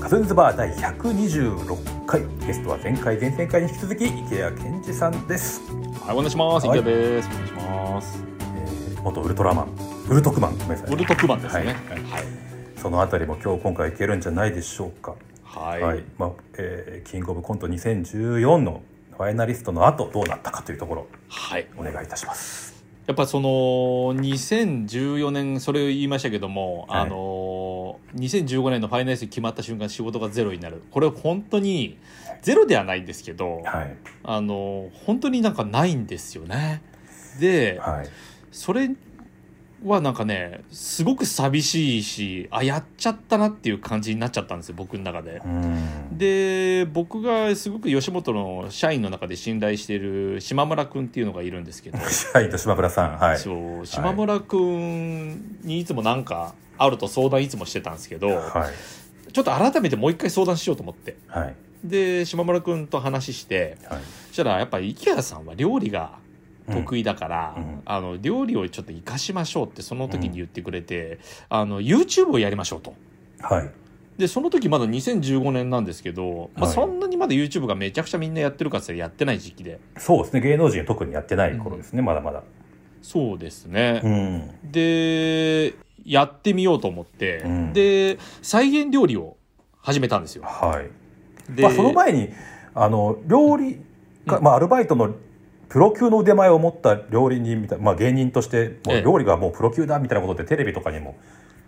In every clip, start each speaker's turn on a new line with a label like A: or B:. A: カズンズバー第126回ゲストは前回前々回に引き続き池谷健二さんです、
B: はい、お願いします。
A: はい
B: 池田です。お願いします。
A: えー元ウルトラマンウルトクマンごめんなさい
B: ウルトクマンですね。
A: そのあたりも今日今回いけるんじゃないでしょうか
B: はい。
A: はい、
B: はい。
A: まあえーキングオブコント2014のファイナリストの後どうなったかというところ
B: はい。
A: お願いいたします
B: やっぱその2014年それを言いましたけども、
A: はい
B: あの2015年のファイナリスト決まった瞬間仕事がゼロになるこれ本当にゼロではないんですけど、
A: はい
B: あの本当になんかないんですよね。で、
A: はい
B: それはなんかねすごく寂しいしあやっちゃったなっていう感じになっちゃったんですよ僕の中で
A: う。ん
B: で僕がすごく吉本の社員の中で信頼している島村君っていうのがいるんですけど、
A: はいと島村さんはい
B: そう島村君にいつもなんかあると相談いつもしてたんですけど、
A: はい
B: ちょっと改めてもう一回相談しようと思って
A: はい
B: で島村君と話して
A: はい
B: そしたらやっぱり池谷さんは料理が得
A: 意
B: 意だから、
A: うんうん
B: あの料理をちょっと活かしましょうってその時に言ってくれて、あの YouTube をやりましょうと。
A: はい
B: でその時まだ2015年なんですけど、まあ、
A: はい
B: そんなにまだ YouTube がめちゃくちゃみんなやってるかっつったらやってない時期で
A: そうですね芸能人は特にやってない頃ですね、まだまだ
B: そうですね
A: う、ん
B: でやってみようと思って、
A: うん
B: で再現料理を始めたんですよ
A: はい
B: で、
A: まあ、その前にあの料理か、
B: うん
A: まあ、アルバイトのプロ級の腕前を持った料理人みたいな、まあ、芸人としても
B: え
A: う
B: え
A: 料理がもうプロ級だみたいなことでテレビとかにも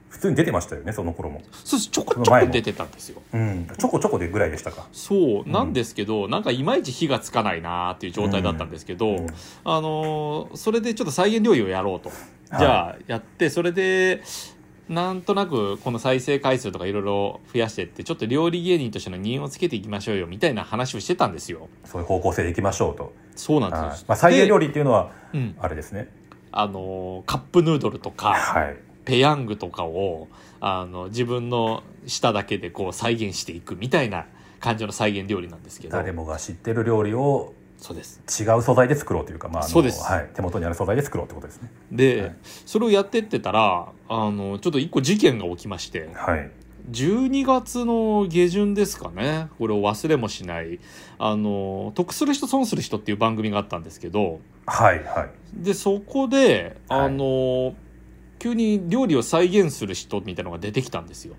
A: 普通に出てましたよねその頃も、
B: そうですちょこ
A: そ
B: ち
A: の
B: ょ
A: 前
B: こ
A: も
B: 出てたんですよ
A: うん、ちょこちょこでぐらいでしたか、
B: そうなんですけど、なんかいまいち火がつかないなーっていう状態だったんですけど、
A: うん
B: あのーそれでちょっと再現料理をやろうと、じゃあやってそれでなんとなくこの再生回数とかいろいろ増やしてってちょっと料理芸人としての任をつけていきましょうよみたいな話をしてたんですよ
A: そういう方向性でいきましょうと、
B: そうなん
A: は
B: で
A: い
B: す
A: まあ、再現料
B: 理
A: 理っていうのは
B: うん、
A: あれですね
B: あのーカップヌードルとか
A: はい
B: ペヤングとかをあの自分の舌だけでこう再現していくみたいな感じの再現料理なんですけど
A: 誰もが知ってる料理を
B: そうです
A: 違う素材で作ろうというか、まああの
B: そうです
A: はい、手元にある素材で作ろうってことですね
B: で、
A: はい
B: それをやってってたらあのちょっと一個事件が起きまして
A: はい
B: 12月の下旬ですかねこれを忘れもしないあの「得する人損する人」っていう番組があったんですけど
A: はいはい
B: でそこで
A: はい
B: あの、急に料理を再現する人みたいなのが出てきたんですよ。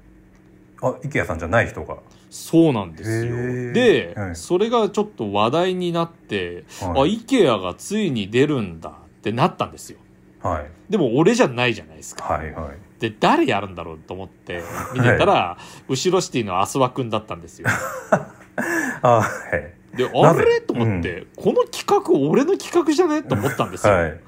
A: あ IKEA さんじゃない人が、は
B: そうなんです
A: へー
B: よで、
A: はい
B: それがちょっと話題になって、
A: い
B: あ IKEA がついに出るんだってなったんですよ。
A: はい
B: でも俺じゃないじゃないですか。
A: はいはい
B: で誰やるんだろうと思って見てたら、後ろシティのアスワくんだったんですよ。
A: あはい
B: で
A: な
B: あ
A: ぜ
B: れと思って、この企画俺の企画じゃねと思ったんですよ、
A: はい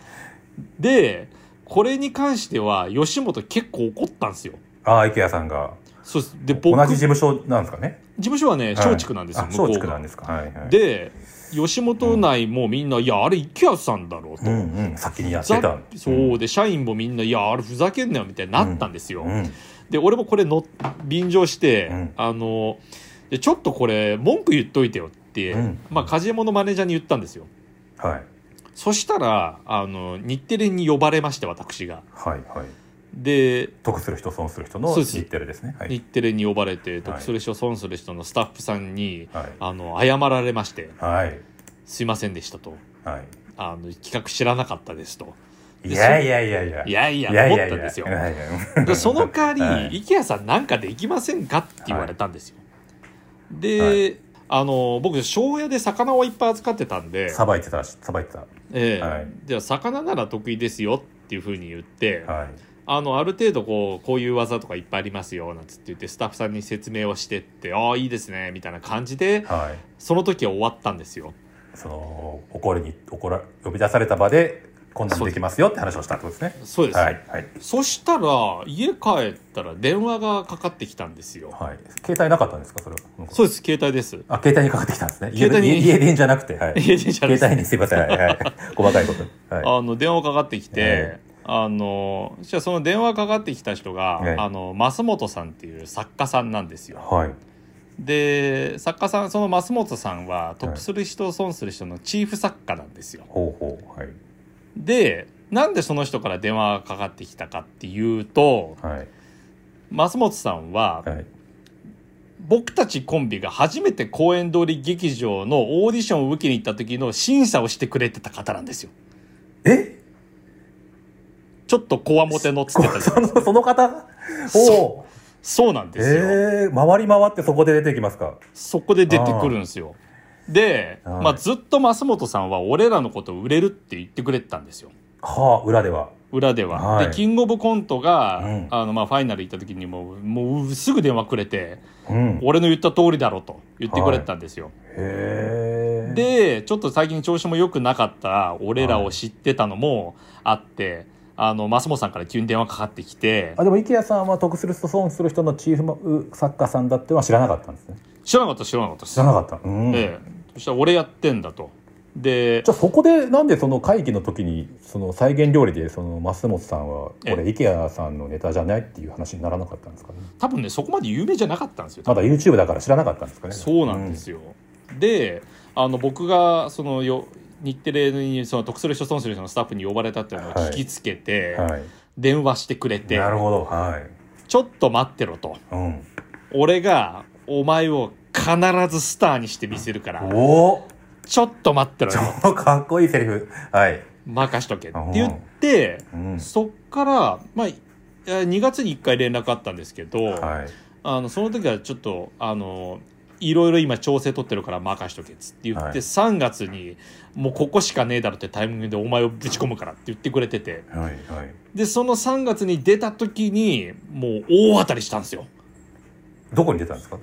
B: でこれに関しては吉本結構怒ったんですよ
A: ああ、池谷さんが
B: そうですで
A: 同
B: 僕
A: じ事務
B: 事
A: 所なんですかね。
B: 務所はね
A: はい
B: 松竹なんですよ、
A: あ
B: 向こ
A: 松
B: う
A: 竹な
B: が
A: んですか。はいはい。、
B: で吉本内もみんな「いやあれ池谷さんだろ」と、
A: うんうん、先にやって
B: ざ
A: た。
B: そうで社員もみんな「いやあれふざけんなよ」みたいになったんですよ、
A: うん。うん。
B: で俺もこれの便乗して、
A: うん
B: あのでちょっとこれ文句言っといてよって、
A: うん
B: まあ梶山のマネージャーに言ったんですよ
A: はい
B: そしたら、あの、日テレに呼ばれまして、私が。
A: はいはい。
B: で、
A: 得する人損する人の
B: そうです
A: 日テレですね。はい
B: 日テレに呼ばれて、得する人、損する人のスタッフさんに、
A: はい
B: あの、謝られまして、
A: はい
B: すいませんでしたと。
A: はい。
B: あの、企画知らなかったですと。
A: いやいやいやいや。
B: いやいや、
A: いやい
B: 思っ
A: やい
B: た
A: や
B: んですよ
A: い。やいや
B: でその代わ
A: はい
B: り、池谷さんなんかできませんかって言われたんですよ。
A: は
B: で、あの、僕、庄屋で魚をいっぱい扱ってたん で、
A: さばいてたし、さばいてた。
B: ええ
A: はい
B: じゃあ、魚なら得意ですよっていうふうに言って、
A: はい。
B: あの、ある程度こう、こういう技とかいっぱいありますよ、なんつって言って、スタッフさんに説明をしてって、ああ、いいですね、みたいな感じで、
A: はい。
B: その時は終わったんですよ。
A: その、怒りに、怒ら、呼び出された場で、こんなのできますよって話をしたってことですね。
B: そうです。
A: はいはい
B: そしたら、家帰ったら電話がかかってきたんですよ。
A: はい。携帯なかったんですか、それは。
B: そうです、携帯です。
A: あ、携帯にかかってきたんですね。家
B: 携帯に
A: 家電じゃなくて、 はい。
B: 家電車です。
A: 携帯にすいません、はい はい、細かいこと、はい、
B: あの、電話かかってき
A: え
B: て、あの、そしたらその電話かかってきた人
A: ええ
B: が、あの、増本さんっていう作家さんなんですよ。
A: はい
B: で、作家さん、その増本さんは、得する人、損する人のチーフ作家なんですよ。
A: ほうほうはい
B: でなんでその人から電話がかかってきたかっていうと
A: はい
B: 増本さんは
A: はい
B: 僕たちコンビが初めて公演通り劇場のオーディションを受けに行った時の審査をしてくれてた方なんですよ。
A: え
B: ちょっとこわもてのっつってたじゃん
A: その、その方お
B: そ
A: お
B: そうなんですよ。
A: ええー、回り回ってそこで出てきますか。
B: そこで出てくるんですよ。で、
A: はい
B: まあ、ずっと増本さんは俺らのことを売れるって言ってくれてたんですよ。
A: はあ、裏では。
B: 裏では。
A: はい
B: で、キングオブコントが、
A: うん
B: あの、まあ、ファイナル行った時にもう、もうすぐ電話くれて、
A: うん。へ
B: 俺の言った通りだろと言ってくれてたんですよ。
A: え。、
B: で、ちょっと最近調子も良くなかった俺らを知ってたのもあって、あの、増本さんから急に電話かかってきて、
A: あでも池谷さんは得する人損する人のチーフ作家さんだってのは知らなかったんですね。
B: 知らなかった知らなかったで
A: 知
B: す。
A: らなかった。うん。
B: ええ。そしたら俺やってんだと。で
A: じ、ゃあそこでなんでその会議の時にその再現料理でその増本さんはこ
B: ええ
A: れ池谷さんのネタじゃないっていう話にならなかったんですかね
B: 多分ね、そこまで有名じゃなかったんですよ。
A: まだ YouTube だから知らなかったんですかね
B: そうなんですよ。で、あの僕がそのよ日テレにその得する人損する人のスタッフに呼ばれたっていうのを聞きつけて、
A: うんはい、
B: 電話してくれて、
A: なるほどはい、
B: ちょっと待ってろと。
A: うん、
B: 俺がお前を必ずスターにしてみせるから、
A: おお
B: ちょっと待ってろよ。
A: 超かっこいいセリフはい、
B: 任しとけって言って、
A: うん
B: そっから、まあ、2月に1回連絡あったんですけど、
A: はい、
B: あのその時はちょっとあのいろいろ今調整取ってるから任しとけっつって言って、
A: はい
B: 3月にもうここしかねえだろってタイミングでお前をぶち込むからって言ってくれてて
A: はいはい
B: でその3月に出た時にもう大当たりしたんですよ
A: どこに出たんですか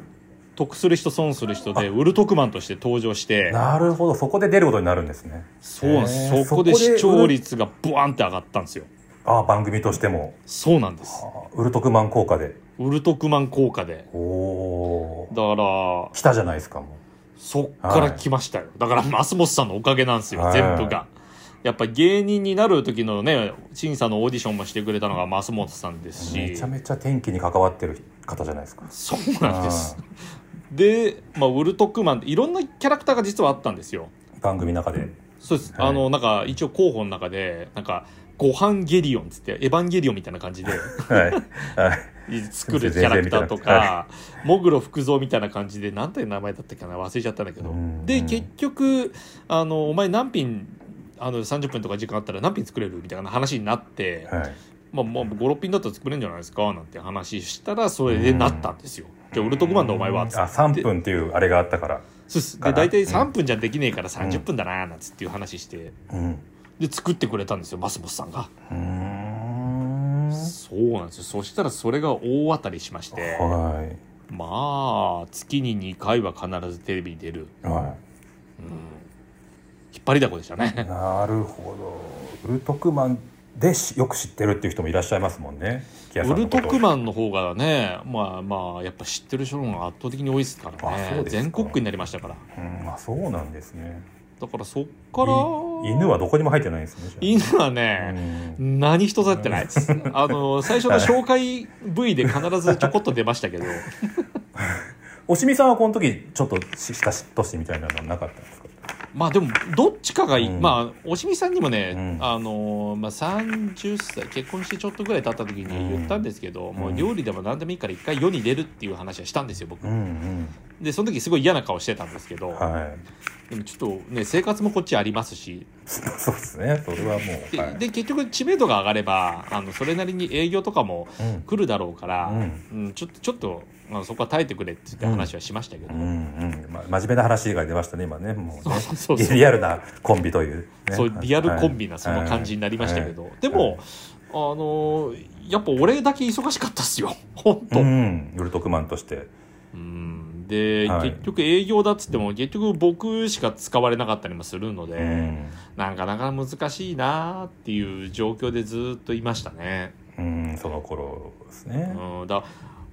B: 得する人損する人でウルトクマンとして登場して
A: なるほどそこで出ることになるんですね
B: そうなんです
A: へえ
B: そこで
A: そこで
B: 視聴率がブワンって上がったんですよ
A: ああ番組としても
B: そうなんです
A: ああウルトクマン効果で
B: ウルトクマン効果で
A: おお
B: だから
A: 来たじゃないですかも
B: そっから来ましたよ。だから、マスモスさんのおかげなんですよ、
A: はい
B: 全部が。やっぱ芸人になる時のね、審査のオーディションもしてくれたのがマスモスさんです
A: うめ
B: し
A: ちゃ、めちゃ天気に関わってる方じゃないですか
B: そうなんです。で、まあ、ウルトクマン、いろんなキャラクターが実はあったんですよ。
A: 番組の中で
B: そうです。
A: はい
B: あの、なんか、一応候補の中で、なんか、ご飯ゲリオンっつって、エヴァンゲリオンみたいな感じで
A: はいはい
B: 作るキャラクターと
A: 全然みたいな
B: か、モグロ福蔵みたいな感じで、なんていう名前だったっけな、忘れちゃったんだけど
A: う、ん
B: で結局あのお前何品あの30分とか時間あったら何品作れるみたいな話になって、
A: はい
B: まあ、まあ56品だったら作れるんじゃないですかなんて話したらそれでなったんですよ。で俺特番だお前はつって
A: あ3分っていうあれがあったから
B: そうっす
A: かな
B: で大体
A: うん
B: 3分じゃできねえから30分だなーなんつっていう話して
A: うん
B: で作ってくれたんですよマスボスさんが。
A: うーん
B: そうなんですよそしたらそれが大当たりしまして
A: は
B: まあ月に2回は必ずテレビに出る、
A: いは
B: うん、引っ張りだこでしたね
A: い。なるほどウルトクマンでしよく知ってるっていう人もいらっしゃいますもんね 木屋さ
B: ウ
A: んの
B: ル
A: こと
B: トクマンの方がねまあまあやっぱ知ってる人の方が圧倒的に多いですか
A: あ
B: ら
A: そ
B: ね
A: うですか
B: 全国区になりましたから
A: うんあそうなんですね
B: だからそっから
A: い犬はどこにも入ってないんですねじ
B: 犬は
A: ゃあ
B: ね、
A: うん
B: 何一つやってないです あの最初の紹介 V で必ずちょこっと出ましたけど
A: おしみさんはこの時ちょっとした嫉妬心みたいなのはなかったんですか
B: まあでもどっちかがいい、
A: うん
B: まあおしみさんにもね、
A: うん
B: あのまあ、30歳結婚してちょっとぐらい経った時に言ったんですけど、もう料理でも何でもいいから一回世に出るっていう話はしたんですよ僕、
A: うん
B: でその時すごい嫌な顔してたんですけど、
A: うんはい
B: でもちょっとね生活もこっちありますし
A: そうですねそれはもう
B: で,、
A: はい
B: で結局知名度が上がればあのそれなりに営業とかも
A: うん
B: 来るだろうから、
A: う
B: うんんちょっとちょっと、まあ、そこは耐えてくれって言って話はしましたけど、
A: うんうんま、真面目な話が出ましたね今ねもうね
B: そうそうそう
A: リアルなコンビという、ね、
B: そうリアルコンビなその感じになりましたけど、でも、あのーやっぱ俺だけ忙しかったっすよ 本
A: はい
B: 当、
A: う
B: うん
A: んウルトクマンとして
B: で、
A: はい
B: 結局営業だっつっても結局僕しか使われなかったりもするので、なんかなかなか難しいなーっていう状況でずっといましたね。
A: うん、うん、その頃ですね、
B: うん、だ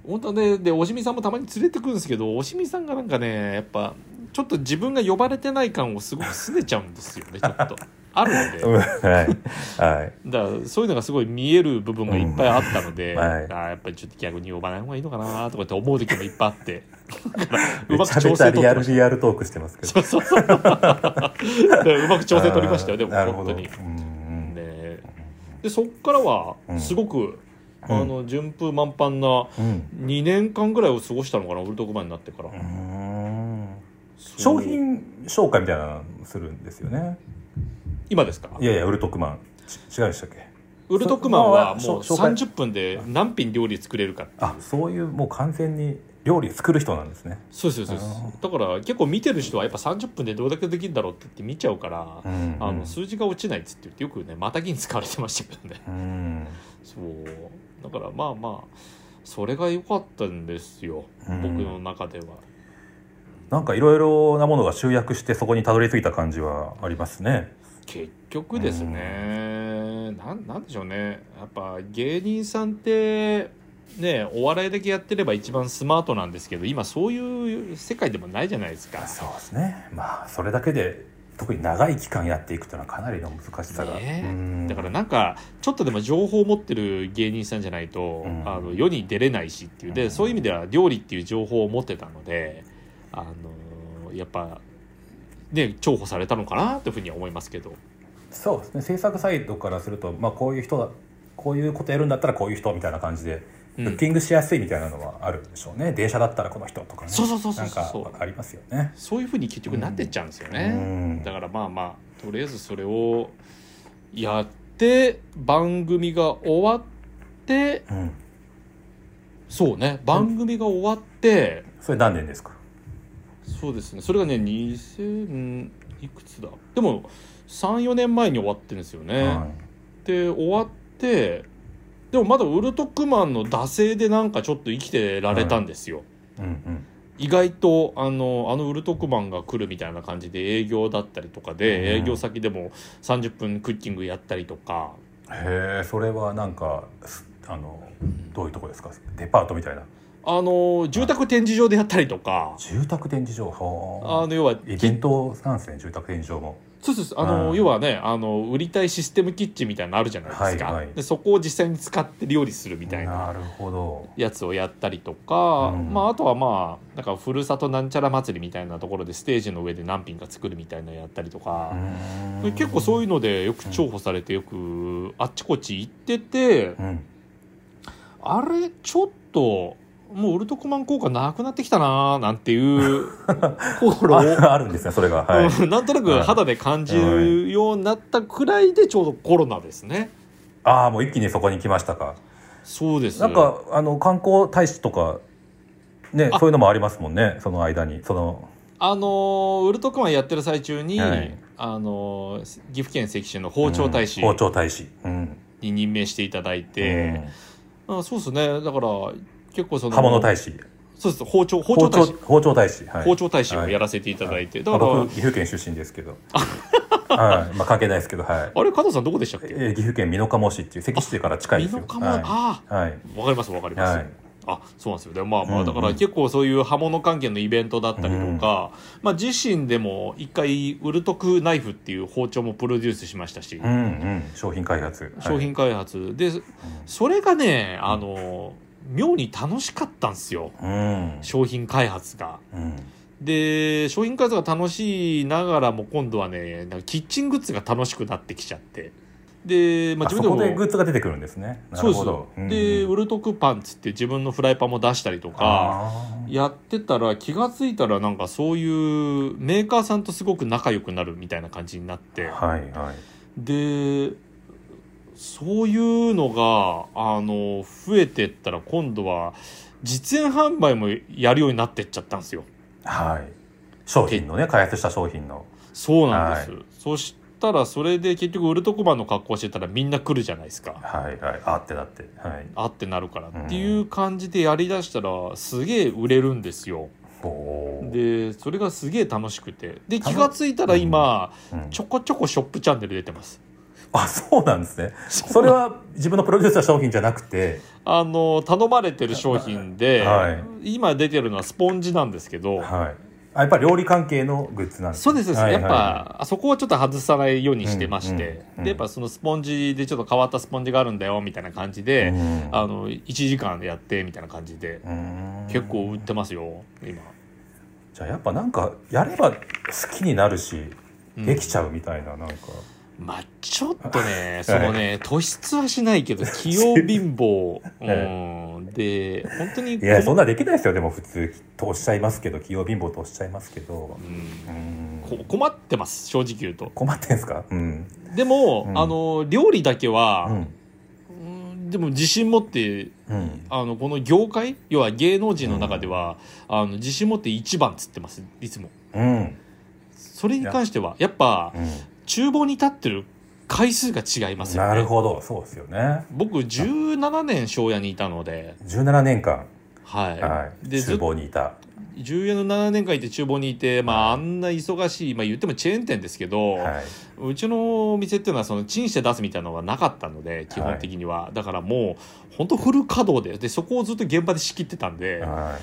B: 本当ねでおしみさんもたまに連れてくるんですけどおしみさんがなんかねやっぱちょっと自分が呼ばれてない感をすごくすねちゃうんですよねちょっとあるの
A: うん
B: で
A: はいはい
B: だからそういうのがすごい見える部分がいっぱいあったので、
A: うんはい
B: あーやっぱりちょっと逆に呼ばない方がいいのかなとかって思う時もいっぱいあって だから う
A: め
B: ま
A: ち
B: く
A: ゃめ
B: 調
A: ちゃ
B: 整取
A: リ
B: っ
A: アル
B: てました
A: リアルトークしてますけど
B: そうそうそうだからうまく調整取りましたよでも
A: あーなるほ
B: 本
A: ど
B: 当に。
A: うんうん
B: ねでそっからは
A: うん
B: すごくあの順風満帆な
A: うん
B: 2年間ぐらいを過ごしたのかな俺特番になってから、
A: うーん
B: そ
A: 商
B: う
A: 品紹介みたいなのするんですよね
B: 今ですか
A: いやいやウルトクマンち違うでしたっけ
B: ウルトクマンは
A: そ
B: もう
A: 紹介
B: 30分で何品料理作れるか
A: あそういうもう完全に料理作る人なんですね
B: そうですそうです
A: あ
B: だから結構見てる人はやっぱ30分でどれだけできるんだろうって言って見ちゃうから、
A: うん
B: あの数字が落ちないっつって言ってよくねまた銀使われてましたけどね
A: うん
B: そうだからまあまあそれが良かったんですよ、
A: うん
B: 僕の中では
A: なんかいろいろなものが集約してそこにたどり着いた感じはありますね
B: 結局ですね、なん、なんでしょうねやっぱ芸人さんってねお笑いだけやってれば一番スマートなんですけど今そういう世界でもないじゃないですか
A: そうですねまあそれだけで特に長い期間やっていくというのはかなりの難しさが、
B: ね
A: うん
B: だからなんかちょっとでも情報を持ってる芸人さんじゃないと、
A: うん
B: あの世に出れないしっていうで、
A: うん
B: そういう意味では料理っていう情報を持ってたのであのやっぱね重宝されたのかなというふうには思いますけど
A: そうですね制作サイトからすると、まあ、こういう人だこういうことやるんだったらこういう人みたいな感じで
B: うん
A: ブッキングしやすいみたいなのはあるでしょうね、電車だったらこの人とかね
B: そうそうそうそう
A: なん
B: そう
A: かありますよね。
B: そういうふうに結局なってっちゃうんですよね。
A: うん
B: だからまあまあとりあえずそれをやって番組が終わって
A: うん、
B: そうね番組が終わって、
A: それ何年ですか
B: そうですねそれがね2000いくつだでも34年前に終わってるんですよね、
A: は
B: で終わってでもまだウルトクマンの惰性でなんかちょっと生きてられたんですよ、
A: いうんうん
B: 意外とあのあのウルトクマンが来るみたいな感じで営業だったりとかで、
A: うん
B: 営業先でも30分クッキングやったりとか
A: へえそれはなんかすあのどういうとこですかデパートみたいな
B: あの住宅展示場でやったりとか、
A: 住宅展示場は
B: あの要は
A: イベントなんですね住宅展示場も
B: そうそうそうあの、
A: うん
B: 要はねあの売りたいシステムキッチンみたいなのあるじゃないですか、
A: はいはい
B: でそこを実際に使って料理するみたいな
A: なるほど
B: やつをやったりとか、
A: うん
B: まあ、あとはまあなんかふるさとなんちゃら祭りみたいなところでステージの上で何品か作るみたいなのやったりとか、で結構そう
A: い
B: いうのでよく重宝されてよくあっちこっち行ってて、
A: うん、うん
B: あれちょっと。もうウルトコマン効果なくなってきたなーなんていう 心を
A: あ あるんですねそれがはい
B: うんなんとなく肌で感じるようになったくらいでちょうどコロナですね。
A: ああもう一気にそこに来ましたか
B: そうです。
A: なんかあの観光大使とかね
B: あ
A: そういうのもありますもんねその間にその
B: あのーウルトクマンやってる最中に、
A: はい
B: あのー岐阜県関市の包丁大使
A: うん包丁大使うん
B: に任命していただいて、あそうですね。だから結構そ
A: うん
B: の
A: 刃物大使
B: そうです包丁包丁大使
A: 包丁大使はい
B: 包丁大使をやらせていただいて、だ
A: まあ
B: から、
A: 僕岐阜県出身ですけどはいまあ関係ないですけどはい
B: あれ加藤さんどこでしたっ
A: え
B: け？
A: ー岐阜県美濃加茂市っていう関市から近い
B: 美
A: ですよ
B: 濃加茂、
A: はい
B: あ
A: はい
B: あわかりますわかります。
A: はい
B: あそうなんですよでまあま
A: う
B: あ
A: んう
B: だ
A: ん
B: から結構そういう刃物関係のイベントだったりとか、まあ、自身でも一回ウルトクナイフっていう包丁もプロデュースしましたし、
A: うんうん商品開発はい
B: 商品開発でそれがねあの妙に楽しかったんですよ
A: うん
B: 商品開発が。
A: うん
B: で商品開発が楽しいながらも今度はねなんかキッチングッズが楽しくなってきちゃってで、ま
A: あ
B: あ、
A: そ
B: 自分でも
A: こでグッズが出てくるんですねな
B: そう
A: る
B: で
A: ほ
B: す
A: どうんうん
B: でウルトクパンツっていう自分のフライパンも出したりとか。
A: あー
B: やってたら気がついたらなんかそういうメーカーさんとすごく仲良くなるみたいな感じになって
A: はいはい
B: でそういうのがあの増えてったら今度は実演販売もやるようになってっちゃったんですよ
A: はい商品のね開発した商品の
B: そうなんです、そしたらそれで結局ウルトコマンの格好してたらみんな来るじゃないですか
A: はいはいあってだってはい
B: あってなるからっていう感じでやりだしたらすげえ売れるんですよ
A: おー
B: でそれがすげえ楽しくてで
A: 楽
B: 気がついたら今、
A: うん
B: ちょこちょこショップチャンネル出てます。
A: あそうなんですねそれは自分のプロデュースした商品じゃなくて
B: あの頼まれてる商品で、
A: は
B: 今出てるのはスポンジなんですけど、
A: はいあやっぱり料理関係のグッズなんです
B: そうですそうです、
A: はい
B: や
A: はい
B: っぱあそこはちょっと外さないようにしてまして、
A: うんうんうん
B: でやっぱそのスポンジでちょっと変わったスポンジがあるんだよみたいな感じで、
A: うん
B: あの1時間でやってみたいな感じで、
A: うん
B: 結構売ってますよ今。
A: じゃあやっぱなんかやれば好きになるし
B: うん
A: できちゃうみたいななんか
B: まあちょっとね、そのね、突出はしないけど、器用 貧乏、うん、で、本当に、
A: いやそんなできないですよでも普通とおっしゃいますけど器用貧乏とおっしゃいますけどう
B: うんんこ困ってます、正直言うと。
A: 困ってんすかうん、
B: でも、
A: うん
B: あの、料理だけ
A: う
B: は、
A: ん
B: うん、でも自信持って、
A: うん、
B: あの、この業界、要は芸能人の中では、あの、自信持って一番っつってます、いつも。
A: うん
B: それに関しては、やっぱ、
A: う
B: 厨房に立ってる回数が違いま
A: ん、
B: すよね。
A: なるほどそうですよね
B: 僕17年庄屋にいたので、
A: 17年間、
B: はい、
A: はい、
B: でず
A: 厨
B: っと
A: 房にいた、
B: 17年間いて厨房にいて、まあ、あんな忙しい、まあ、言ってもチェーン店ですけど、
A: はいう
B: ちのお店っていうのはそのチンして出すみたいなのがなかったので基本的には、だからもう本当フル稼働ででそこをずっと現場で仕切ってたんで、
A: は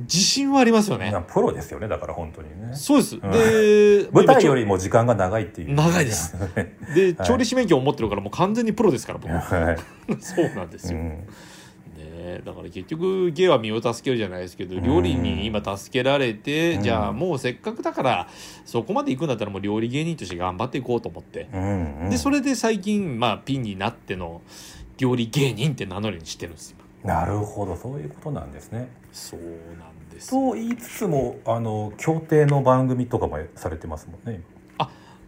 B: 自信はありますよ
A: い、
B: ね、
A: なプロですよねだから本当にね
B: そうです、
A: ん
B: で
A: 舞台よ
B: り
A: りも時間が長いっていう
B: 長いですで、
A: はい
B: 調理師免許を持ってるからもう完全にプロですから 僕
A: は
B: そうなんで
A: い、
B: す
A: う
B: よ、
A: ん、
B: ねえだから結局芸は身を助けるじゃないですけど
A: うん
B: 料理に今助けられて、
A: うん
B: じゃあもうせっかくだからそこまで行くんだったらもう料理芸人として頑張っていこうと思って、
A: うんうん
B: でそれで最近まあピンになっての料理芸人って名乗るようにしてるんですよ
A: なるほどそういうことなんですね
B: そうなんです
A: と言いつつもあの協定の番組とかもされてますもんね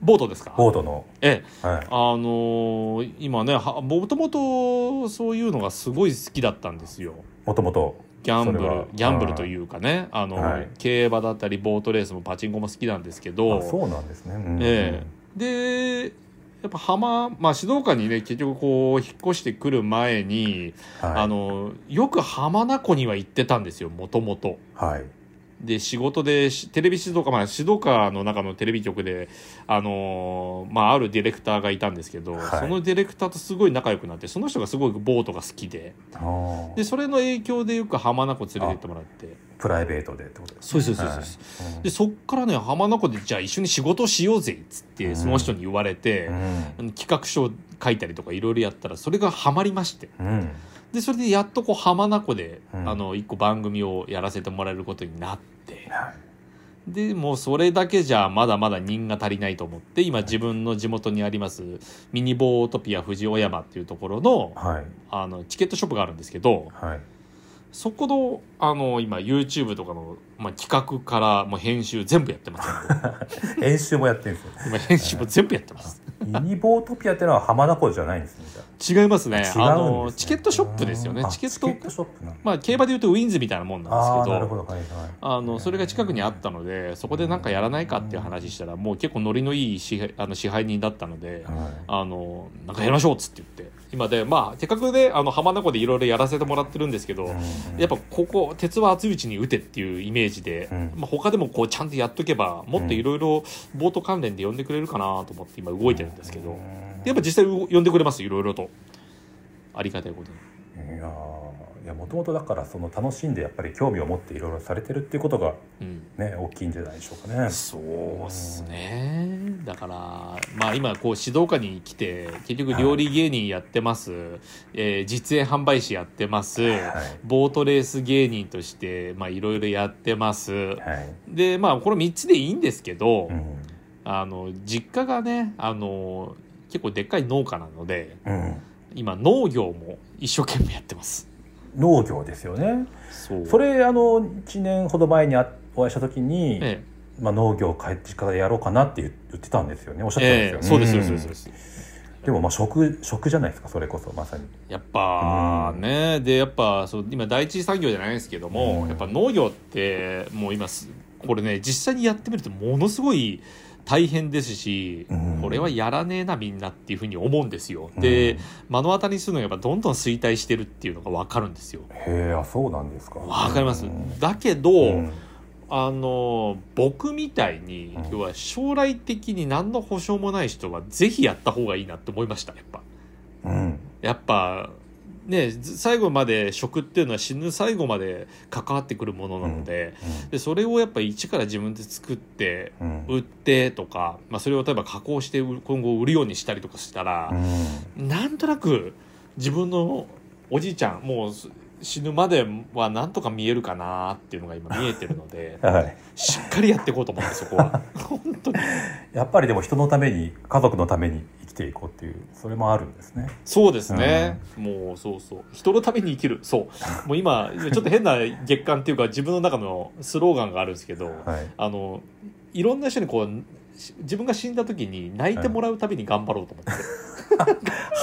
B: ボートですか
A: 今ボードの
B: ええ
A: はい
B: あのー今ねはもともとそういうのがすごい好きだったんですよ
A: もともと
B: ギャンブ
A: それは
B: ルギャンブルというかねあの、
A: はい
B: 競馬だったりボートレースもパチンコも好きなんですけど
A: そうなんですね、うん
B: ええでやっぱ浜、まあ、静岡にね結局こう引っ越してくる前に、
A: はい
B: あのよく浜名湖には行ってたんですよもともと。
A: はい
B: で仕事でしテレビ静岡、まあ、静岡の中のテレビ局で、あのーまあ、あるディレクターがいたんですけど、
A: はい
B: そのディレクターとすごい仲良くなってその人がすごくボートが好きで
A: あー
B: でそれの影響でよく浜名湖連れてってもらって
A: プライベートでってことです
B: そうですそうですそうです、
A: ね、はい
B: でそっからね浜名湖でじゃあ一緒に仕事しようぜっつってその人に言われて、あの企画書を書いたりとかいろいろやったらそれがハマりまして
A: うんうん
B: でそれでやっとこう浜名湖で、
A: うん
B: あの一個番組をやらせてもらえることになって
A: は
B: でもうそれだけじゃまだまだ人が足りないと思って今自分の地元にありますミニボートピア富士小山っていうところの
A: はい
B: あのチケットショップがあるんですけど
A: はい
B: そこのあの今 YouTube とかの、まあ、企画からもう編集全部やってます
A: 練習もやってるんですよ
B: 今編集も全部やってます
A: ミニボートピアってのは浜名湖じゃないんですねじゃ
B: 違いますね
A: あ
B: あ
A: 違うんで
B: の
A: すね
B: チケットショップですよね
A: あ
B: チケット
A: ショップなんだ
B: まあ、競馬でいうとウィンズみたいなもんなん
A: あ
B: で
A: あ
B: す
A: ー
B: け
A: なるほ
B: ど
A: どはいはい
B: あのそれが近くにあったのでそこでなんかやらないかっていう話したらもう結構ノリのいい支配あの支配人だったので
A: はい
B: あのなんかやりましょうっつって言って今でまあせっかくねあの浜名湖でいろいろやらせてもらってるんですけど
A: うん
B: やっぱここ鉄は熱いうちに打てっていうイメージで、
A: うん
B: まあ、他でもこうちゃんとやっとけばもっといろいろボート関連で呼んでくれるかなと思って今動いてるんですけどでやっぱ実際呼んでくれますいろいろとありがたいことに。
A: いやーいやもともとだからその楽しんでやっぱり興味を持っていろいろされてるっていうことが
B: うん
A: ね大きいんじゃないでしょうかね。
B: そうっすねだからまあ今こう静岡に来て結局料理芸人やってます、えー実演販売士やってます、
A: はい
B: ボートレース芸人としてまあいろいろやってます、
A: はい。
B: でまあこれ3つでいいんですけど、
A: うん
B: あの実家がねあの結構でっかい農家なので
A: うん
B: 今農業も一生懸命やってます
A: 農業ですよね。
B: そう
A: それあの一年ほど前にあお会いした時に、
B: え
A: まあ農業を帰ってからやろうかなって言言ってたんですよね。おっしゃ
B: え
A: ってたんですよ
B: え
A: ね。。
B: えそうですそうですそうですす、
A: でもまあ食食じゃないですかそれこそまさに。
B: やっぱね、でやっぱそう今第一次産業じゃないですけども、
A: うん
B: やっぱ農業ってもう今すこれね実際にやってみるとものすごい大変ですし、
A: うん
B: これはやらねえなみんなっていうふうに思うんですよ。で、
A: うん
B: 目の当たりにするのがやっぱどんどん衰退してるっていうのが分かるんですよ。
A: へえあそうなんですか。
B: わかります、
A: うん
B: だけど、
A: うん
B: あの僕みたいに、
A: うん
B: 要は将来的に何の保証もない人はぜひやった方がいいなって思いましたやっぱ。
A: うん
B: やっぱねず最後まで食っていうのは死ぬ最後まで関わってくるものなので,、でそれをやっぱ一から自分で作って
A: うんうん
B: 売ってとか、まあ、それを例えば加工して売今後売るようにしたりとかしたら、なんとなく自分のおじいちゃんもうす死ぬまではなんとか見えるかなっていうのが今見えてるので
A: はい、
B: しっかりやっていこうと思ってそこは本当に
A: やっぱりでも人のために家族のために生きていこうっていうそれもあるんですね
B: そうですね、もうそうそう人のために生きる そうもう今今ちょっと変な月間っていうか自分の中のスローガンがあるんですけど、
A: はい
B: あのいろんな人にこうし自分が死んだ時に泣いてもらうために頑張ろうと思って、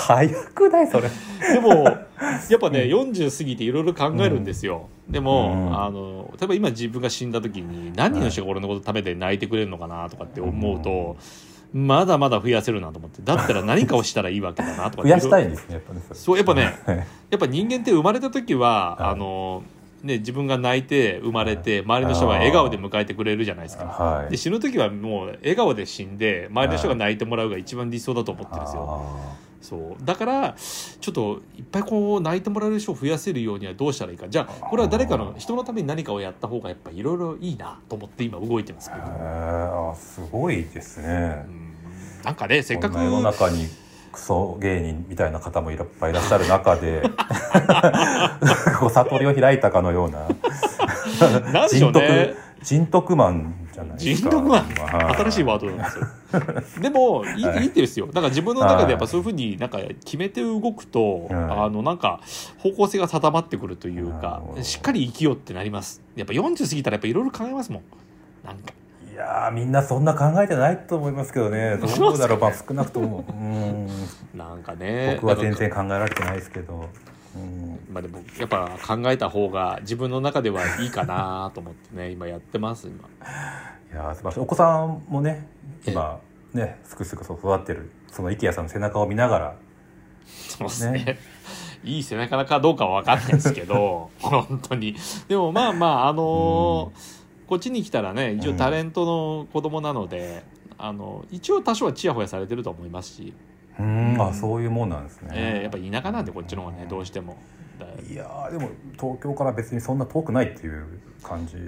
A: 早くないそれ
B: でもやっぱね、40過ぎていろいろ考えるんですよ、でも、
A: うん
B: あの例えば今自分が死んだ時に何の人が俺のこと食べて泣いてくれるのかなとかって思うと、まだまだ増やせるなと思ってだったら何かをしたらいいわけだなとかって
A: 増やした
B: いろい
A: いんですねやっぱね
B: ろそうやっぱね
A: はい
B: やっぱ人間って生まれた時は、
A: はい
B: あのね、自分が泣いて生まれて周りの人が笑顔で迎えてくれるじゃないです か。
A: はい
B: で死ぬ時はもう笑顔で死んで周りの人が泣いてもらうが一番理想だと思ってるんですよ。
A: あ
B: そうだからちょっといっぱいこう泣いてもらえる人を増やせるようにはどうしたらいいかじゃあこれは誰かの人のために何かをやった方がやっぱいろいろいいなと思って今動いてますけど、
A: ーへーあすごいですね
B: うんなんかねせっかく
A: こんな世の中にクソ芸人みたいな方もいっぱいいらっしゃる中 でこう悟りを開いたかのような
B: なんでし
A: 人
B: ょう
A: 徳、
B: ね
A: 人徳マンじゃないです
B: 人
A: か
B: 徳は
A: はい
B: 新しいワードなんです よでもいい,、
A: はい
B: い、いんですよだから自分の中でやっぱそういうふうになんか決めて動く
A: はい
B: と、あのなんか方向性が定まってくるという
A: なる
B: か
A: ほど
B: しっかり生きようってなりますやっぱ40過ぎたらやっぱいろいろ考えますもんなんか
A: いやーみんなそんな考えてないと思いますけどねどうだろうまあ少なくと もうん
B: なんかね
A: 僕は
B: なんか
A: 全然考えられてないですけど、うん、
B: まあでもやっぱ考えた方が自分の中ではいいかなと思ってね今やってます今
A: いやー素晴らしいお子さんもね今ねすくすくと育ってるその IKEA さんの背中を見ながら
B: そうですね
A: ね
B: いい背中かどうかは分かんないですけ ど本当にでもまあまああのーこっちに来たらね一応タレントの子供なので、あの一応多少はちやほやされてると思いますし、
A: うんあそういうもんなんですね、
B: えーやっぱ田舎なんでこっちの方がねどうしても。だ
A: いやーでも東京から別にそんな遠くないっていう感じは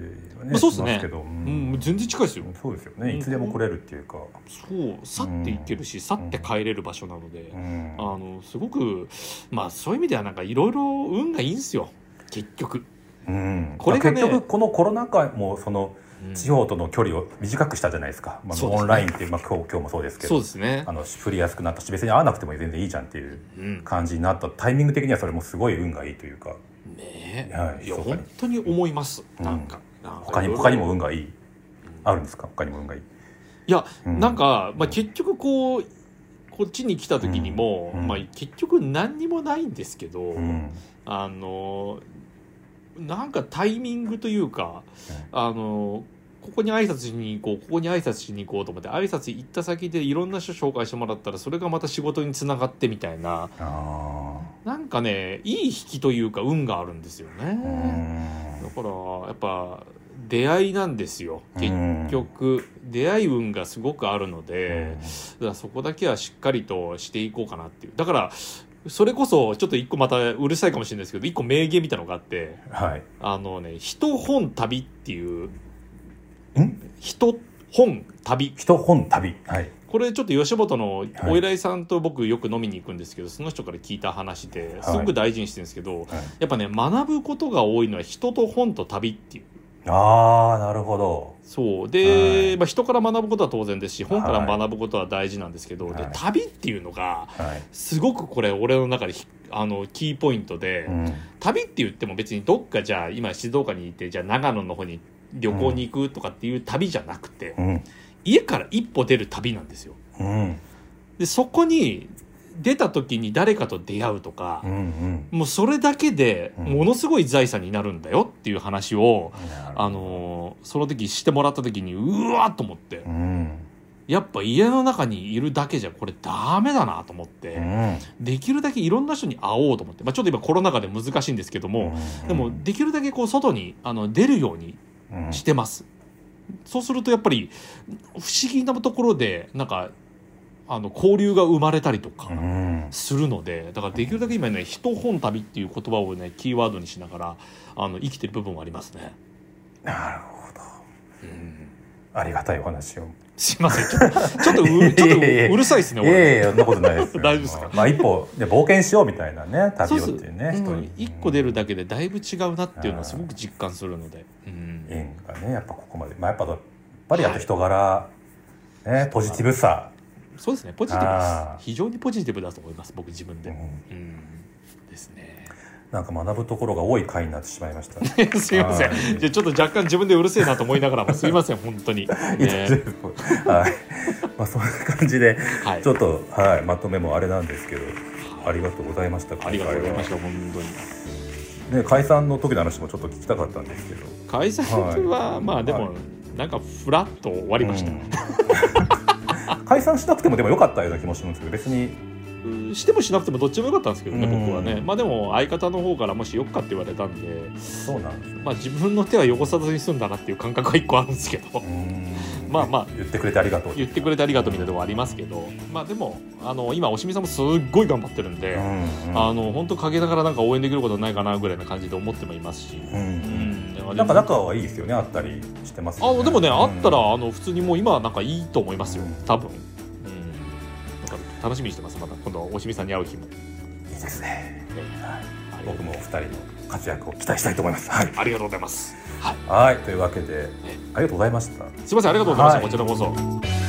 B: ま
A: ね
B: あそうっすね
A: しますけど、う
B: うん、全然近いですよ。
A: そうですよねいつでも来れるっていうか、
B: そう、去って行けるし、去って帰れる場所なので、
A: うん
B: あのすごくまあそういう意味ではなんかいろいろ運がいいんですよ結局、
A: うん
B: これがね
A: 結局このコロナ禍もその
B: うん
A: 地方との距離を短くしたじゃないですか、まあ、
B: そうですね
A: オンラインって、まあ、今日今日もそうですけ
B: そう
A: ど
B: ですね
A: あの振りやすくなったし別に会わなくても全然いいじゃんっていう
B: うん
A: 感じになったタイミング的にはそれもすごい運がいいというか
B: ねえ、、
A: はいい
B: や
A: そうか
B: 本当に思います、
A: うん
B: なんかなんか
A: 他にも
B: いろいろ
A: 他にも運がいいあるんですか他にも運がいい
B: いや、
A: うん
B: なんか、まあ、結局こうこっちに来た時にも、
A: うん
B: まあ、結局何にもないんですけど、
A: うん
B: あのなんかタイミングというか、あのここに挨拶しに行こうここに挨拶しに行こうと思って挨拶行った先でいろんな人紹介してもらったらそれがまた仕事につながってみたいな
A: あ
B: なんかねいい引きというか運があるんですよ
A: ーう
B: ね、
A: ん
B: だからやっぱ出会いなんですよ結局、出会い運がすごくあるので、だからそこだけはしっかりとしていこうかなっていうだからそれこそちょっと一個またうるさいかもしれないですけど一個名言みたいのがあって
A: うんはい
B: あのね「人本旅」っていうん人本旅
A: 人本旅はい
B: これちょっと吉本のお偉いさんと僕よく飲みに行くんですけど、その人から聞いた話ですごく大事にしてるんですけど、
A: はい
B: やっぱね学ぶことが多いのは人と本と旅っていう
A: ああなるほど
B: そうで、
A: はい
B: まあ、人から学ぶことは当然ですし本から
A: はい
B: 学ぶことは大事なんですけど、で
A: はい
B: 旅っていうのが
A: はい、
B: すごくこれ俺の中でひあのキーポイントで、
A: うん
B: 旅って言っても別にどっかじゃあ今静岡にいてじゃあ長野の方に旅行に行くとかっていう旅じゃなくて、
A: うん
B: 家から一歩出る旅なんですよ。
A: うん
B: でそこに出た時に誰かと出会うとか
A: うんう、ん
B: もうそれだけで
A: うん
B: ものすごい財産になるんだよっていう話を、
A: なる
B: あのーその時してもらった時にうわーっと思って
A: うん
B: やっぱ家の中にいるだけじゃこれダメだなと思っ
A: う
B: て、
A: ん
B: できるだけいろんな人に会おうと思って、まあ、ちょっと今コロナ禍で難しいんですけども、でもできるだけこう外にあの出るように
A: うん
B: してます、そうするとやっぱり不思議なところでなんかあの交流が生まれたりとか。
A: うん
B: するのでだからできるだけ今ね「人本旅」っていう言葉をねキーワードにしながらあの生きてる部分はありますね。
A: なるほど
B: うん
A: ありがたいお話を。
B: すいません。ちょっと、ちょっとうる、ちょっと
A: いえいえいえ
B: うるさいですね、
A: い
B: 俺。
A: えいえ、そんなことないですよ。
B: 大丈夫ですか
A: まあまあ、一歩、で冒険しようみたいなね、
B: そ
A: 旅
B: う
A: をっ
B: そう
A: ていうね、人
B: うん
A: に。
B: 一個出るだけでだいぶ違うなっていうのをすごく実感するので。うん
A: 縁がね、やっぱここまで、まあ、やっぱ、やっぱりあと人柄。ね、ポジティブさ。
B: そうですね、ポジティブ
A: あー
B: です。非常にポジティブだと思います、僕自分
A: う
B: で。
A: ん
B: うん。ですね。
A: なんか学ぶところが多い回になってしまいました。
B: すいませ
A: は
B: ん。
A: い
B: じゃあちょっと若干自分でうるせえなと思いながらも、すいません、本当に。
A: いや
B: ね
A: 全部はい。まあ、そんな感じで、
B: はい
A: ちょっと、はい、まとめもあれなんですけど。ありがとうございました。
B: ありがとうございまし
A: 今
B: た、本当に。
A: 回はね、解散の時の話もちょっと聞きたかったんですけど。
B: 解散は、
A: はい
B: まあでも、
A: は
B: なんかフラッと終わりました、
A: うん 解散しなくてもでも良かったような気もするんですけど別に
B: うんしてもしなくてもどっちもよかったんですけどね、
A: うん
B: 僕はねまあでも相方の方からもしよっかって言われたんで
A: そうなんですよ
B: まあ自分の手は汚さずに済んだなっていう感覚は一個あるんですけど
A: うーん
B: まあまあ
A: 言ってくれてありがとう
B: 言ってくれてありがとうみたいなところありますけどまあでもあの今おしみさんもすっごい頑張ってるんで、
A: うんうん
B: あの本当陰ながらなんか応援できることないかなぐらいな感じで思ってもいますし、
A: うんうん
B: だら
A: なんか仲はいいですよねあったりしてますよ
B: あでもね、
A: うん
B: あったらあの普通にもう今はなんかいいと思いますよ
A: うん
B: 多分、うん、なんか楽しみにしてますまた今度はおしみさんに会う日も、
A: いいですね
B: えー
A: はい
B: ありがと
A: 僕
B: う
A: もお二人の活躍を期待したいと思いますはい
B: ありがとうございます、はい、
A: はいというわけでありがとうございました
B: すいませんありがとうございました、
A: はい
B: こちらこそ